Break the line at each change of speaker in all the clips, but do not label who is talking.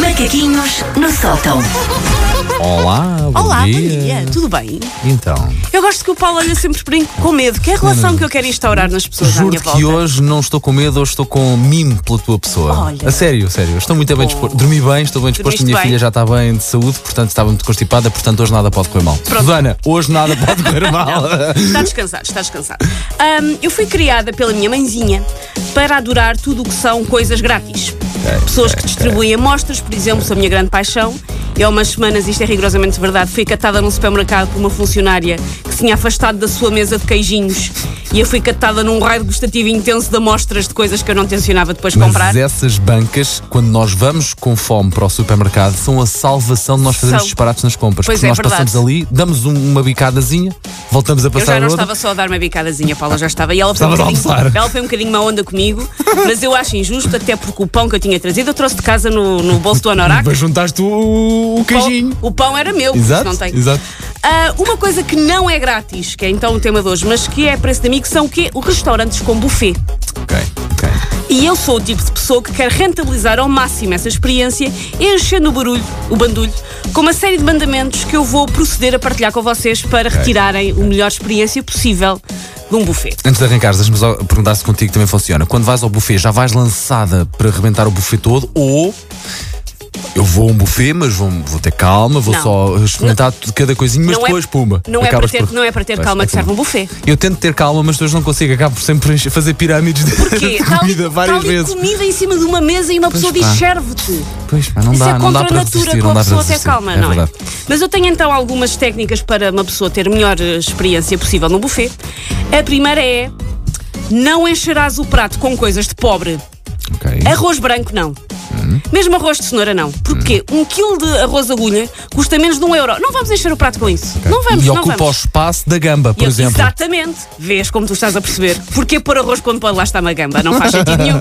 Macaquinhos no sótão.
Olá, bom
Olá,
dia.
bom dia, tudo bem?
Então,
Eu gosto que o Paulo olha sempre para mim com medo, que é a relação que eu quero instaurar nas pessoas à minha
juro
volta.
que hoje não estou com medo, hoje estou com mimo pela tua pessoa.
Olha.
A sério, a sério. Estou muito bem disposto. Dormi bem, estou bem disposto.
Dormiste
Minha
bem?
filha já está bem de saúde, portanto estava muito constipada, portanto hoje nada pode correr mal. Susana, hoje nada pode correr mal.
Está descansado, está descansado. Ahm, eu fui criada pela minha mãezinha para adorar tudo o que são coisas grátis. Pessoas que distribuem amostras, por exemplo, sou a minha grande paixão. Eu, há umas semanas, isto é rigorosamente verdade, fui catada num supermercado por uma funcionária que se tinha afastado da sua mesa de queijinhos e eu fui catada num raio gustativo intenso de amostras de coisas que eu não tencionava depois comprar.
Mas essas bancas, quando nós vamos com fome para o supermercado, são a salvação de nós fazermos
São.
disparates nas compras.
Pois
porque
é,
nós
verdade.
passamos ali, damos um- uma bicadazinha, voltamos a
Eu já
passar
não
outra.
estava só a dar uma bicadazinha, Paula, já estava. E ela foi, um
Estavas a
bocadinho,
almoçar.
ela foi um bocadinho má onda comigo, mas eu acho injusto, até porque o pão que eu tinha trazido eu trouxe de casa no, no bolso do Anorak.
Mas juntaste o, o
O
queijinho.
pão- O pão era meu, porque
um Exato,
não tem.
exato.
Ah, uma coisa que não é grátis, que é então o tema de hoje, mas que é preço de amigo, são o quê? Os restaurantes com buffet.
Ok, ok.
E eu sou o tipo de pessoa que quer rentabilizar ao máximo essa experiência, enchendo o barulho, o bandulho, com uma série de mandamentos que eu vou proceder a partilhar com vocês para retirarem o melhor experiência possível de um buffet.
Antes de arrancares, deixa-me só perguntar se contigo também funciona. Quando vais ao buffet, já vais lançada para arrebentar o buffet todo ou eu vou a um buffet, mas vou, vou ter calma, vou
Não.
só experimentar tudo, cada coisinha, mas depois, puma.
Não é, para
acabas
ter,
por-
não é para ter
Pois,
calma
é
que serve um buffet.
Eu tento ter calma, mas depois não consigo. Acabo por sempre enche- fazer pirâmides de
Porque
de
está ali,
comida
está
várias
ali
vezes.
comida em cima de uma mesa e uma pessoa
pá.
diz serve-te.
Pois, mas não
Isso
dá,
é
não
contra
dá
a
para
natura
resistir,
com
não
a
dá para
pessoa ter
resistir.
calma, não é?
verdade.
Mas eu tenho então algumas técnicas para uma pessoa ter melhor eh, experiência possível no buffet. A primeira é não encherás o prato com coisas de pobre.
Ok.
Arroz branco não.
Hum.
Mesmo arroz de cenoura não. Porque um quilo de arroz agulha custa menos de um euro. Não vamos encher o prato com isso. Não vamos,
e
não
ocupa o
vamos.
espaço da gamba, por
Eu-
exemplo.
Exatamente. Vês como tu estás a perceber. Porquê pôr arroz quando pode lá estar uma gamba? Não faz sentido nenhum.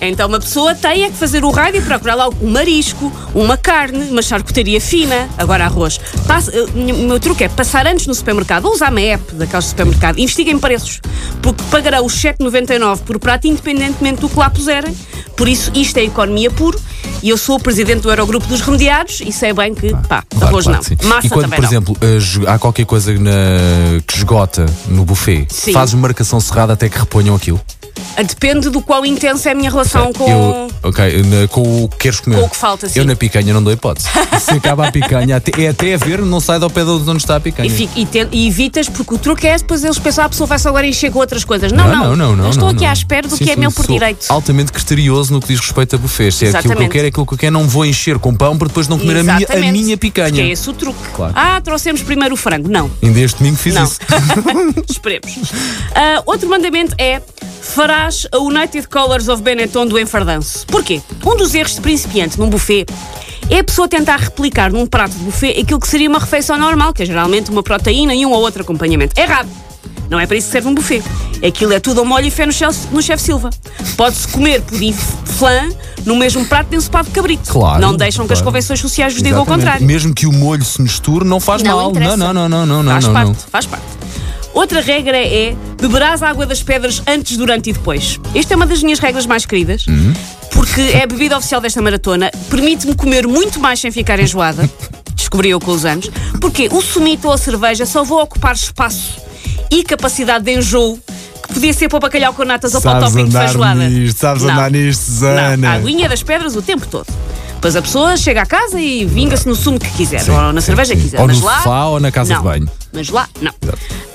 Então uma pessoa tem é que fazer o raio e procurar lá um marisco, uma carne, uma charcutaria fina, agora arroz. Passa- eh, o meu truque é passar antes no supermercado, ou usar uma app daqueles de supermercado, investiguem preços, porque pagará os 7,99 por prato independentemente do que lá puserem. Por isso, isto é economia puro. E eu sou o presidente do Eurogrupo dos Remediados e sei bem que, pá,
Ah, Claro,
arroz
claro
não.
que sim.
Massa
e quando,
também
por
não.
exemplo, eh, esgo- há qualquer coisa na- que esgota no buffet,
Sim.
fazes marcação cerrada até que reponham aquilo.
Depende do quão intensa é a minha relação com.
Eu, ok, na- com o que queres comer.
Com o que falta, sim.
Eu na picanha não dou hipótese. Se acaba a picanha, até, é até a ver, não sai do pé de onde está a picanha.
E, fico- e ten- e evitas, porque o truque é depois eles pensam, "Ah, a pessoa vai-se agora encher com outras coisas. Não, não,
Ah, não, não, não,
Eu estou
não,
aqui
não.
à espera do
Sim,
que é
sim,
meu por
sou
direito.
Altamente criterioso no que diz respeito a buffet. Se é aquilo que eu
Exatamente.
quero, é aquilo que eu quero, não vou encher com pão para depois não comer a minha, a
Exatamente.
minha
Porque é
picanha.
esse o truque.
Claro.
Ah, trouxemos primeiro o frango. Não,
Ainda este domingo fiz
não.
isso.
Esperemos. Ah, outro mandamento é: farás a United Colors of Benetton do enfardanço. Porquê? Um dos erros de principiante num buffet é a pessoa tentar replicar num prato de buffet aquilo que seria uma refeição normal, que é geralmente uma proteína e um ou outro acompanhamento. Errado! Não é para isso que serve um buffet. Aquilo é tudo a molho e fé no chefe, no chefe Silva. Pode-se comer pudim f- flan no mesmo prato de ensopado de cabrito.
Claro,
não deixam que as
claro.
convenções sociais vos digam o
Exatamente.
contrário.
Mesmo que o molho se misture, não faz
Não
mal.
interessa.
Não, não, não, não, não,
faz
não,
parte,
não.
faz parte. Outra regra é beberás a água das pedras antes, durante e depois. Esta é uma das minhas regras mais queridas, porque é a bebida oficial desta maratona. Permite-me comer muito mais sem ficar enjoada, descobri eu com os anos, porque o sumito ou a cerveja só vão ocupar espaço e capacidade de enjoo que podia ser para o bacalhau com natas ou para o tópico de feijoada. Não.
nisto,
Não, a aguinha das pedras o tempo todo. Pois a pessoa chega à casa e vinga-se no sumo que quiser,
Sim,
ou na
sim,
cerveja
sim.
que quiser.
Ou no
mas lá,
sofá ou na casa
não.
de banho.
Mas lá, não.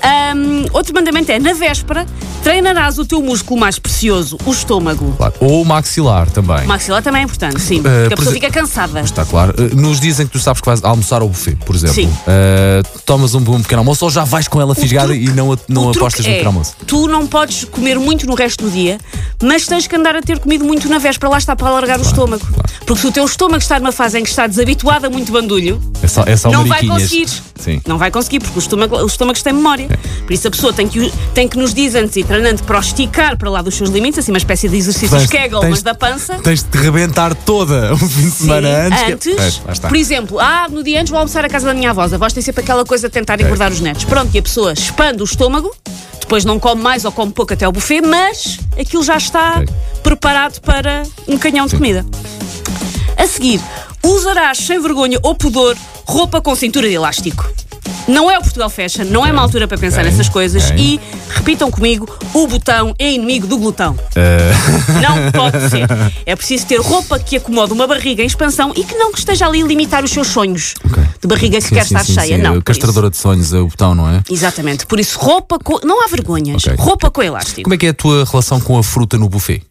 Ahm, outro mandamento é, na véspera, treinarás o teu músculo mais precioso, o estômago.
Claro. Ou o maxilar também.
O maxilar também é importante, sim. porque
por
a pessoa
exemplo-
fica cansada.
Está claro. Eh, Nos dizem que tu sabes que vais almoçar ao buffet, por exemplo.
Sim.
Eh, tomas um, um pequeno almoço ou já vais com ela fisgada
truque-
e não, a- não
O truque
apostas no
é,
pequeno almoço.
Tu não podes comer muito no resto do dia, mas tens que andar a ter comido muito na véspera, lá está para alargar o estômago. Porque se o teu estômago está numa fase em que está desabituado a muito bandulho,
É só, é só
não vai
mariquinhas.
conseguir.
Sim. É.
Não vai conseguir, porque os estômagos, os estômagos têm memória. Por isso a pessoa tem que, o- tem que nos dizer antes e treinando para o esticar para lá dos seus limites, assim uma espécie de exercício
Tens-
de Kegel,
tens-
mas da pança.
Tens de te rebentar toda o fim de semana antes. que- Pois, lá está.
por exemplo, ah, no dia antes vou almoçar à casa da minha avó. As avós têm sempre aquela coisa de tentar engordar os netos. Pronto, e a pessoa expande o estômago, depois não come mais ou come pouco até ao buffet, mas aquilo já está
Ok.
preparado para um canhão de comida. A seguir, usarás sem vergonha ou pudor roupa com cintura de elástico. Não é o Portugal Fashion, não é uma altura para pensar
ok,
nessas coisas
ok.
e, repitam comigo, o botão é inimigo do glutão. Não pode ser. É preciso ter roupa que acomode uma barriga em expansão e que não que esteja ali a limitar os seus sonhos
Ok.
de barriga que
Sim,
quer
sim,
estar
sim,
cheia.
sim.
Não. por
Castradora de sonhos é o botão, não é?
isso. Exatamente. Por isso, roupa com. Não há vergonhas.
Ok.
Roupa com elástico.
Como é que é a tua relação com a fruta no buffet?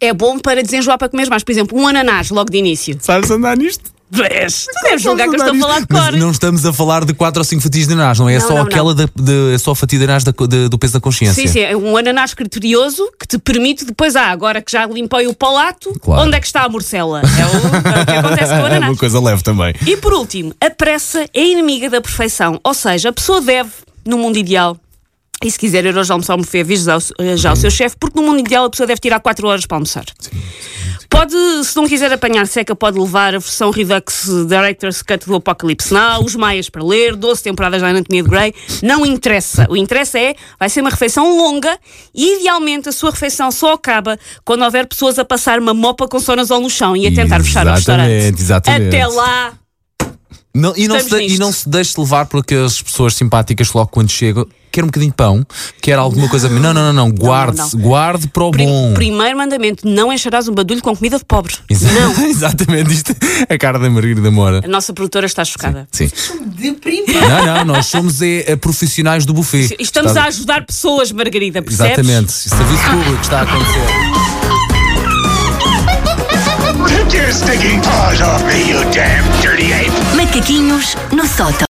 É bom para desenjoar para comer mais. Por exemplo, um ananás logo de início.
Sabes andar nisto?
Vês? Tu deves julgar que eu estou a falar de cor.
Não estamos a falar de 4 ou 5 fatias de ananás, não é? É
Não,
só
não,
aquela da- de- é só a fatia de ananás da co- de- do peso da consciência.
Sim, sim, é um ananás criterioso que te permite depois, ah, agora que já limpei o palato,
Claro.
onde é que está a morcela? É o, é o que acontece com o ananás.
coisa leve também.
E por último, a pressa é inimiga da perfeição. Ou seja, a pessoa deve, no mundo ideal, e se quiser euros de almoçar ao buffet, avise já, o- já o seu chefe, porque no mundo ideal a pessoa deve tirar 4 horas para almoçar. Pode, se não quiser apanhar seca, pode levar a versão Redux Director's Cut do Apocalipse Now, os Maias para ler, 12 temporadas da Anatomia de Grey. Não interessa. O interessa é, vai ser uma refeição longa e, idealmente, a sua refeição só acaba quando houver pessoas a passar uma mopa com sonazol no chão e a tentar fechar o restaurante.
Exatamente, exatamente.
Até lá,
Não, e, não se
Estamos
de, e
nisto.
não se deixe levar por aquelas pessoas simpáticas que logo quando chegam. Quer um bocadinho de pão, quer alguma coisa. Não, não, não, não. Guarde,
não,
guarde para o
Pri-
bom.
um Primeiro mandamento: não encherás um badulho com comida de pobre.
Exa-
Não.
Exatamente isto. é A cara da Margarida Moura.
A nossa produtora está chocada.
Sim. Não, não, nós somos é, é, profissionais do buffet.
E Estamos
Está-
a ajudar pessoas, Margarida, percebes?
Exatamente. Serviço público está a acontecer.
Take your stinking paws off me, you damn dirty ape!
Macaquinhos no sótão.